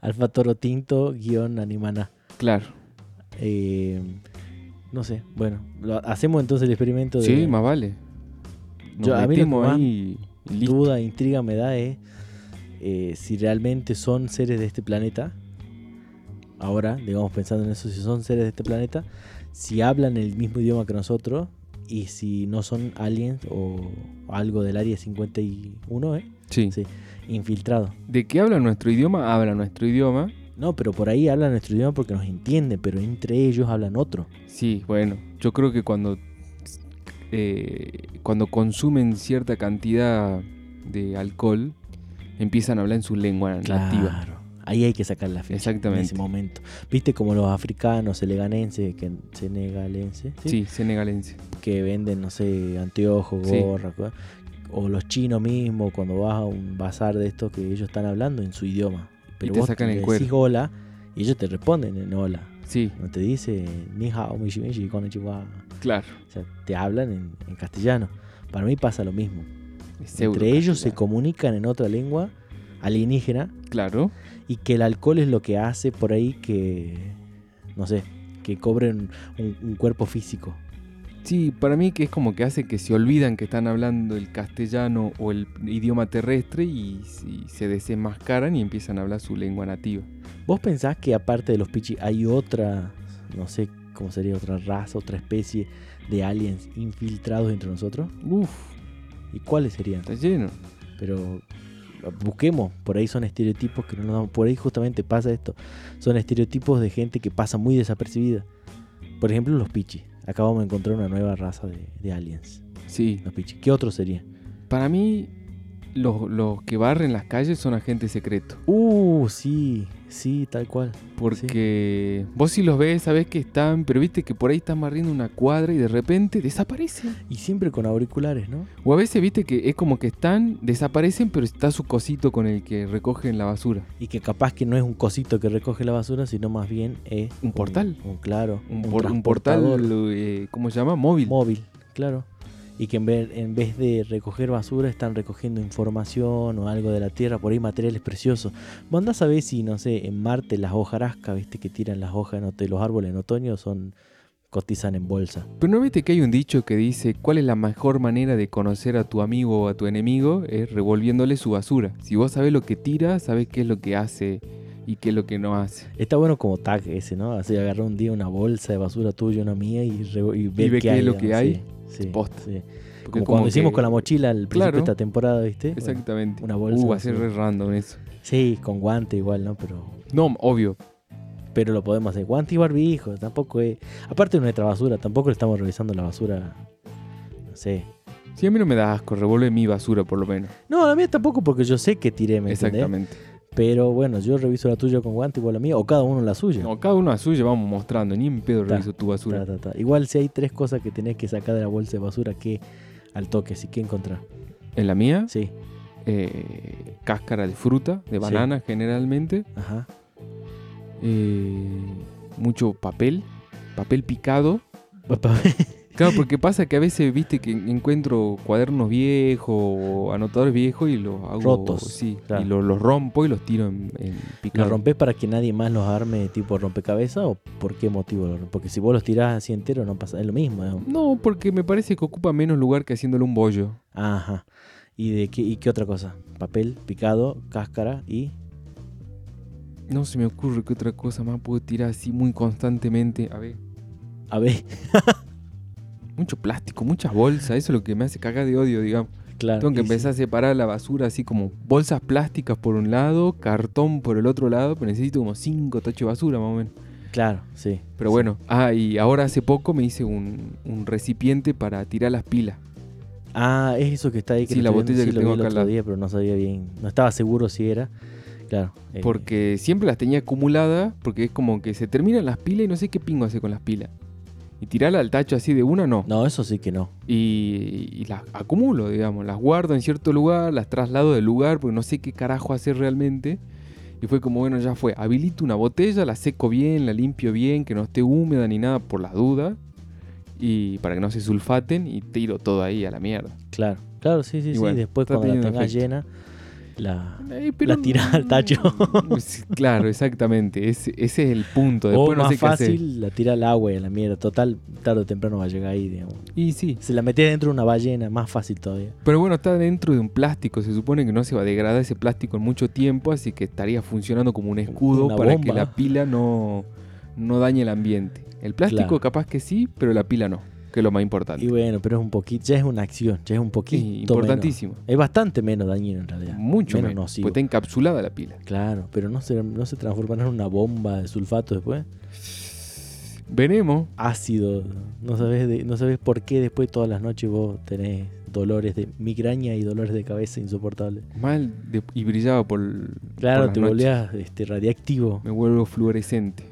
Speaker 1: Alfa Toro Tinto, guión Animana.
Speaker 2: claro.
Speaker 1: Eh, no sé, bueno, lo- hacemos entonces el experimento de...
Speaker 2: Sí, más vale. Nos
Speaker 1: Yo- a mí lo que
Speaker 2: metemos
Speaker 1: más
Speaker 2: ahí y listo.
Speaker 1: duda, intriga me da es eh, si realmente son seres de este planeta. Ahora, digamos, pensando en eso, si son seres de este planeta, si hablan el mismo idioma que nosotros y si no son aliens o algo del área 51, ¿eh?
Speaker 2: Sí.
Speaker 1: Sí. Infiltrado.
Speaker 2: ¿De qué habla nuestro idioma? Habla nuestro idioma.
Speaker 1: No, pero por ahí hablan nuestro idioma porque nos entienden, pero entre ellos hablan otro.
Speaker 2: Sí, bueno, yo creo que cuando, eh, cuando consumen cierta cantidad de alcohol, empiezan a hablar en su lengua nativa.
Speaker 1: Ahí hay que sacar la ficha. En
Speaker 2: Exactamente.
Speaker 1: ese momento. ¿Viste como los africanos, senegalenses, que senegalenses?
Speaker 2: Sí, senegalense.
Speaker 1: que venden, no sé, anteojos,
Speaker 2: Sí.
Speaker 1: gorras, cosas. o los chinos mismos, cuando vas a un bazar de estos que ellos están hablando en su idioma. Pero
Speaker 2: te
Speaker 1: vos
Speaker 2: sacan
Speaker 1: le
Speaker 2: el
Speaker 1: decís
Speaker 2: cuero.
Speaker 1: hola y ellos te responden en hola.
Speaker 2: Sí,
Speaker 1: No te dice ni hao, mishi, mishi, konnichiwa.
Speaker 2: claro.
Speaker 1: O sea, te hablan en, en castellano. Para mí pasa lo mismo.
Speaker 2: es
Speaker 1: Entre ellos se
Speaker 2: eurocastellano.
Speaker 1: comunican en otra lengua alienígena
Speaker 2: Claro,
Speaker 1: y que el alcohol es lo que hace por ahí que, no sé, que cobren un- un cuerpo físico.
Speaker 2: Sí, para mí que es como que hace que se olvidan que están hablando el castellano o el idioma terrestre y, y se desenmascaran y empiezan a hablar su lengua nativa.
Speaker 1: ¿Vos pensás que aparte de los Pichi hay otra, no sé cómo sería, otra raza, otra especie de aliens infiltrados entre nosotros?
Speaker 2: Uf,
Speaker 1: ¿Y cuáles serían?
Speaker 2: está lleno.
Speaker 1: Pero busquemos, por ahí son estereotipos que no nos damos, por ahí justamente pasa esto, son estereotipos de gente que pasa muy desapercibida. Por ejemplo, los Pichi. Acabamos de encontrar una nueva raza de, de aliens.
Speaker 2: Sí,
Speaker 1: Los Pichi. ¿Qué otro sería?
Speaker 2: para mí los, los que barren las calles son agentes secretos.
Speaker 1: Uh, sí, sí, tal cual.
Speaker 2: Porque vos si los ves, sabés que están, pero viste que por ahí están barriendo una cuadra y de repente desaparecen.
Speaker 1: Y siempre con auriculares, ¿no?
Speaker 2: O a veces viste que es como que están, desaparecen, pero está su cosito con el que recogen la basura.
Speaker 1: Y que capaz que no es un cosito que recoge la basura, sino más bien es...
Speaker 2: Un portal.
Speaker 1: Un, claro.
Speaker 2: Un, por- un portal,
Speaker 1: transportador
Speaker 2: eh, ¿cómo se llama? Móvil.
Speaker 1: móvil, claro. Y que en vez, en vez de recoger basura están recogiendo información o algo de la tierra, por ahí materiales preciosos. Vos andás a ver si, no sé, en Marte las hojarascas, viste, que tiran las hojas no, de los árboles en otoño, son cotizan en bolsa.
Speaker 2: Pero no viste que hay un dicho que dice, ¿cuál es la mejor manera de conocer a tu amigo o a tu enemigo? Es revolviéndole su basura. Si vos sabés lo que tira, sabés qué es lo que hace y qué es lo que no hace.
Speaker 1: Está bueno como tag ese, ¿no? Así agarrar un día una bolsa de basura tuya, una mía y, re- y ver
Speaker 2: ve
Speaker 1: qué
Speaker 2: qué es
Speaker 1: hay,
Speaker 2: lo
Speaker 1: ¿no?
Speaker 2: que hay.
Speaker 1: Sí, sí,
Speaker 2: Posta.
Speaker 1: sí.
Speaker 2: Porque
Speaker 1: Como,
Speaker 2: es
Speaker 1: cuando hicimos
Speaker 2: que-
Speaker 1: con la mochila al principio
Speaker 2: Claro.
Speaker 1: de esta temporada, ¿viste? Bueno,
Speaker 2: Exactamente.
Speaker 1: una bolsa
Speaker 2: Uh,
Speaker 1: de
Speaker 2: va a ser
Speaker 1: basura.
Speaker 2: re random eso.
Speaker 1: sí, con guante igual, ¿no? Pero
Speaker 2: No, obvio.
Speaker 1: pero lo podemos hacer. Guante y barbijo, tampoco es. Aparte de nuestra basura, tampoco le estamos revisando la basura. No sé.
Speaker 2: Si a mí no me da asco, revuelve mi basura por lo menos.
Speaker 1: No, la mía tampoco, porque yo sé que tiré, ¿me entendés?
Speaker 2: Exactamente.
Speaker 1: Pero bueno, yo reviso la tuya con guante igual la mía, o cada uno la suya.
Speaker 2: No, cada uno a suya vamos mostrando. Ni en pedo
Speaker 1: Ta,
Speaker 2: reviso tu basura.
Speaker 1: Ta, ta, ta. Igual si hay tres cosas que tenés que sacar de la bolsa de basura, que al toque, si que encontrar.
Speaker 2: En la mía,
Speaker 1: Sí,
Speaker 2: eh, cáscara de fruta,
Speaker 1: Sí.
Speaker 2: de banana generalmente.
Speaker 1: ajá.
Speaker 2: eh, mucho papel, papel picado.
Speaker 1: Papá,
Speaker 2: Claro, porque pasa que a veces, viste, que encuentro cuadernos viejos o anotadores viejos y los hago...
Speaker 1: Rotos,
Speaker 2: Sí,
Speaker 1: claro.
Speaker 2: y lo- los rompo y los tiro en, en
Speaker 1: ¿Lo
Speaker 2: picado.
Speaker 1: rompés para que nadie más los arme tipo rompecabezas o por qué motivo lo rompes? Porque si vos los tirás así entero no pasa, es lo mismo. es un-
Speaker 2: No, porque me parece que ocupa menos lugar que haciéndole un bollo.
Speaker 1: Ajá. ¿Y de qué, y qué otra cosa? Papel, picado, cáscara y.
Speaker 2: No se me ocurre que otra cosa más puedo tirar así muy constantemente. A ver,
Speaker 1: A ver,
Speaker 2: mucho plástico, muchas bolsas. Eso es lo que me hace cagar de odio, digamos.
Speaker 1: claro.
Speaker 2: Tengo que
Speaker 1: y sí.
Speaker 2: empezar a separar la basura así como bolsas plásticas por un lado, cartón por el otro lado, pero necesito como cinco tachos de basura más o menos.
Speaker 1: Claro, sí.
Speaker 2: Pero bueno, ah, y ahora hace poco me hice un, un recipiente para tirar las pilas.
Speaker 1: Ah, es eso que está ahí que
Speaker 2: Sí,
Speaker 1: lo
Speaker 2: la
Speaker 1: estoy viendo,
Speaker 2: botella que
Speaker 1: sí, lo vi
Speaker 2: tengo
Speaker 1: el
Speaker 2: acá al
Speaker 1: otro
Speaker 2: lado.
Speaker 1: día, pero no sabía bien. No estaba seguro si era. Claro. eh,
Speaker 2: Porque siempre las tenía acumuladas, porque es como que se terminan las pilas y no sé qué pingo hacer con las pilas. Y tirarla al tacho así de una, no.
Speaker 1: No, eso sí que no.
Speaker 2: Y, y las acumulo, digamos. Las guardo en cierto lugar, las traslado del lugar, porque no sé qué carajo hacer realmente. Y fue como, bueno, ya fue. Habilito una botella, la seco bien, la limpio bien, que no esté húmeda ni nada por las dudas. Y para que no se sulfaten y tiro todo ahí a la mierda.
Speaker 1: Claro. Claro, sí, sí,
Speaker 2: Y
Speaker 1: sí.
Speaker 2: bueno,
Speaker 1: Después
Speaker 2: está
Speaker 1: cuando la
Speaker 2: teniendo
Speaker 1: tengas
Speaker 2: efecto.
Speaker 1: llena, la.
Speaker 2: Eh,
Speaker 1: La tirás al tacho.
Speaker 2: Sí, claro, exactamente. Ese, ese es el punto. Después
Speaker 1: o
Speaker 2: no
Speaker 1: más
Speaker 2: sé qué hacer.
Speaker 1: fácil, la tira al agua y a la mierda. Total, tarde o temprano va a llegar ahí, digamos.
Speaker 2: Y sí.
Speaker 1: Se la metía dentro de una ballena, más fácil todavía.
Speaker 2: Pero bueno, está dentro de un plástico. Se supone que no se va a degradar ese plástico en mucho tiempo, así que estaría funcionando como un escudo
Speaker 1: Una
Speaker 2: para
Speaker 1: bomba.
Speaker 2: que la pila no, no dañe el ambiente. El plástico
Speaker 1: Claro.
Speaker 2: capaz que sí, pero la pila no, que es lo más
Speaker 1: Y
Speaker 2: importante.
Speaker 1: bueno, pero es un poquito, ya es una acción, ya es un poquito.
Speaker 2: Sí,
Speaker 1: menos.
Speaker 2: importantísimo.
Speaker 1: Es bastante menos dañino en realidad.
Speaker 2: Mucho
Speaker 1: menos,
Speaker 2: menos.
Speaker 1: nocivo.
Speaker 2: porque está encapsulada la pila.
Speaker 1: Claro, pero no se, no se transformará en una bomba de sulfato después.
Speaker 2: Veremos.
Speaker 1: Ácido. No sabes, de- no sabes por qué después todas las noches vos tenés dolores de migraña y dolores de cabeza insoportables.
Speaker 2: Mal de- y brillaba por. el- por
Speaker 1: Claro,
Speaker 2: las
Speaker 1: te
Speaker 2: noches.
Speaker 1: volvías este, radiactivo.
Speaker 2: Me vuelvo fluorescente.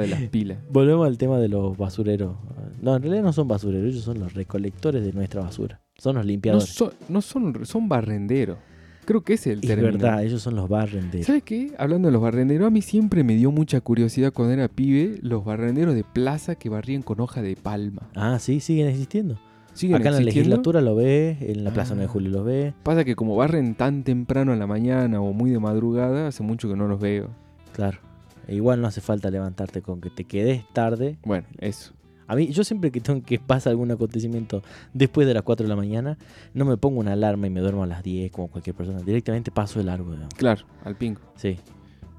Speaker 2: de las pilas.
Speaker 1: Volvemos al tema de los basureros. No, en realidad no son basureros, ellos son los recolectores de nuestra basura. Son los
Speaker 2: No
Speaker 1: limpiadores.
Speaker 2: son, no son, son barrenderos. Creo que ese es el
Speaker 1: es
Speaker 2: término.
Speaker 1: verdad, ellos son los barrenderos.
Speaker 2: ¿Sabes qué? Hablando de los barrenderos, a mí siempre me dio mucha curiosidad cuando era pibe los barrenderos de plaza que barrían con hoja de palma.
Speaker 1: Ah, sí, siguen existiendo.
Speaker 2: ¿Siguen
Speaker 1: Acá en la
Speaker 2: existiendo?
Speaker 1: legislatura lo ves, en la Plaza 9 de
Speaker 2: Ah.
Speaker 1: Julio lo ves.
Speaker 2: Pasa que como barren tan temprano en la mañana o muy de madrugada, hace mucho que no los veo.
Speaker 1: Claro. E igual no hace falta levantarte con que te quedes tarde.
Speaker 2: Bueno, eso.
Speaker 1: A mí, yo siempre que tengo que pasa algún acontecimiento después de las 4 de la mañana, no me pongo una alarma y me duermo a las 10 como cualquier persona. Directamente paso el largo, digamos.
Speaker 2: Claro, al pingo.
Speaker 1: Sí.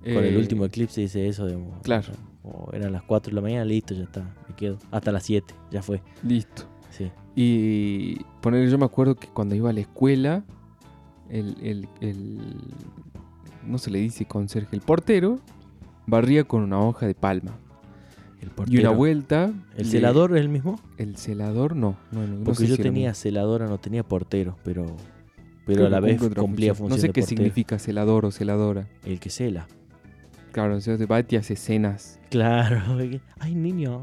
Speaker 1: Con el
Speaker 2: Eh,
Speaker 1: último eclipse dice eso, digamos.
Speaker 2: Claro.
Speaker 1: O eran las 4 de la mañana, listo, ya está. Me quedo. Hasta las 7, ya fue.
Speaker 2: Listo.
Speaker 1: Sí.
Speaker 2: Y poner, yo me acuerdo que cuando iba a la escuela, el, el- el- no se le dice conserje, el portero barría con una hoja de palma.
Speaker 1: El
Speaker 2: Y una
Speaker 1: portero.
Speaker 2: vuelta.
Speaker 1: ¿El
Speaker 2: le-
Speaker 1: celador es el mismo?
Speaker 2: El celador no. no, no, no
Speaker 1: Porque
Speaker 2: sé
Speaker 1: yo
Speaker 2: si era
Speaker 1: tenía
Speaker 2: un-
Speaker 1: celadora, no tenía portero, pero,
Speaker 2: creo
Speaker 1: pero a la
Speaker 2: que
Speaker 1: vez
Speaker 2: cumple otra
Speaker 1: cumplía función.
Speaker 2: No sé
Speaker 1: de
Speaker 2: qué
Speaker 1: portero.
Speaker 2: significa celador o celadora.
Speaker 1: El que cela.
Speaker 2: Claro, entonces va y te hace cenas.
Speaker 1: Claro. porque, Ay, niño,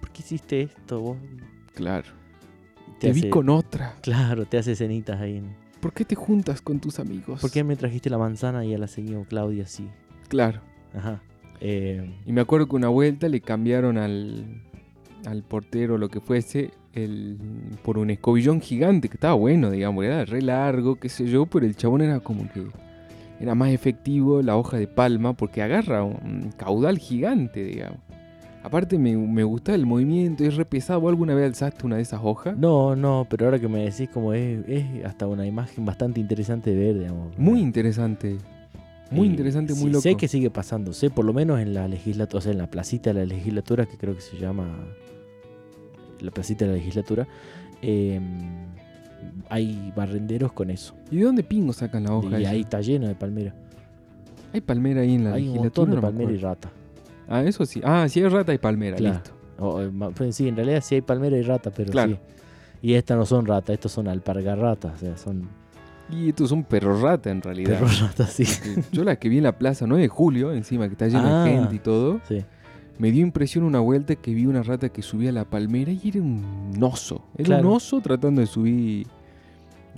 Speaker 1: ¿por qué hiciste esto vos?
Speaker 2: Claro.
Speaker 1: Te
Speaker 2: Te, vi
Speaker 1: hace-
Speaker 2: con otra.
Speaker 1: Claro, te hace cenitas ahí. en-
Speaker 2: ¿Por qué te juntas con tus amigos?
Speaker 1: ¿Por qué me trajiste la manzana y a la señora Claudia sí?
Speaker 2: Claro.
Speaker 1: Ajá. Eh,
Speaker 2: Y me acuerdo que una vuelta le cambiaron al, al portero, lo que fuese, el, por un escobillón gigante, que estaba bueno, digamos, era re largo, qué sé yo, pero el chabón era como que era más efectivo la hoja de palma porque agarra un caudal gigante, digamos. Aparte me, me gustaba el movimiento, es re pesado. ¿Vos alguna vez alzaste una de esas hojas?
Speaker 1: no, no, pero ahora que me decís como es, es hasta una imagen bastante interesante de ver, digamos.
Speaker 2: Muy interesante. Muy
Speaker 1: Y
Speaker 2: interesante,
Speaker 1: sí,
Speaker 2: muy loco.
Speaker 1: Sé que sigue pasando, sé por lo menos en la legislatura, o sea, en la placita de la legislatura, que creo que se llama la placita de la legislatura, eh, hay barrenderos con eso.
Speaker 2: ¿Y de dónde pingo sacan la hoja?
Speaker 1: y
Speaker 2: esa?
Speaker 1: ahí está lleno de palmera.
Speaker 2: Hay palmera ahí en la
Speaker 1: Hay un
Speaker 2: legislatura,
Speaker 1: montón de
Speaker 2: no me
Speaker 1: palmera y
Speaker 2: acuerdo.
Speaker 1: rata.
Speaker 2: Ah, eso sí. Ah, sí hay rata y palmera,
Speaker 1: Claro.
Speaker 2: listo.
Speaker 1: O, eh, ma- pues sí, en realidad sí hay palmera y rata, pero
Speaker 2: Claro.
Speaker 1: sí. Y estas no son ratas, estos son alpargarratas, o sea, son
Speaker 2: Y esto es un perro rata en realidad.
Speaker 1: perros ratas, sí.
Speaker 2: Yo la que vi en la plaza 9 de julio, encima que está llena
Speaker 1: Ah.
Speaker 2: de gente y todo,
Speaker 1: sí.
Speaker 2: me dio impresión una vuelta que vi una rata que subía a la palmera y era un oso. Era
Speaker 1: Claro.
Speaker 2: un oso tratando de subir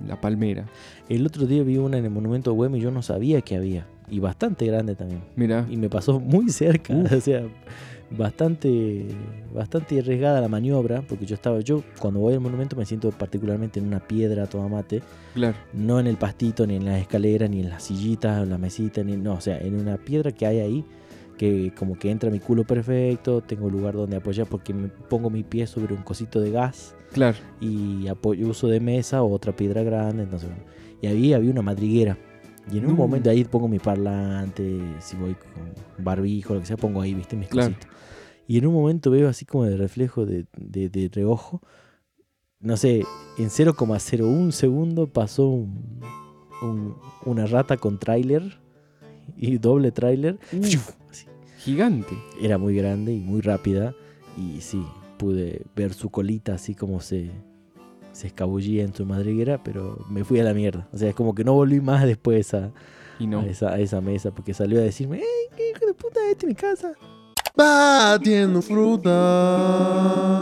Speaker 2: la palmera.
Speaker 1: El otro día vi una en el monumento de Güemes y yo no sabía que había. Y bastante grande también.
Speaker 2: Mira,
Speaker 1: y me pasó muy cerca, o sea, bastante bastante arriesgada la maniobra, porque yo estaba yo cuando voy al monumento me siento particularmente en una piedra toda mate,
Speaker 2: claro,
Speaker 1: no en el pastito ni en las escaleras ni en las sillitas o en las mesitas, ni no, o sea, en una piedra que hay ahí que como que entra mi culo perfecto, tengo lugar donde apoyar porque me pongo mi pie sobre un cosito de gas
Speaker 2: claro.
Speaker 1: y apoyo uso de mesa o otra piedra grande, entonces bueno. y ahí había una madriguera. Y en un
Speaker 2: No.
Speaker 1: momento ahí pongo mi parlante, si voy con barbijo, lo que sea, pongo ahí, viste, mis
Speaker 2: Claro.
Speaker 1: cositas. Y en un momento veo así como de reflejo de, de- de reojo, no sé, en 0,01 segundo pasó un- un- una rata con tráiler y doble tráiler.
Speaker 2: Uf,
Speaker 1: Así
Speaker 2: gigante.
Speaker 1: era muy grande y muy rápida y sí, pude ver su colita así como se, se escabullía en su madriguera, pero me fui a la mierda. O sea, es como que no volví más después a,
Speaker 2: Y no.
Speaker 1: a esa, a esa mesa porque salió a decirme, este ¡Ey, qué hijo de puta, esta es mi casa!
Speaker 3: Batiendo fruta.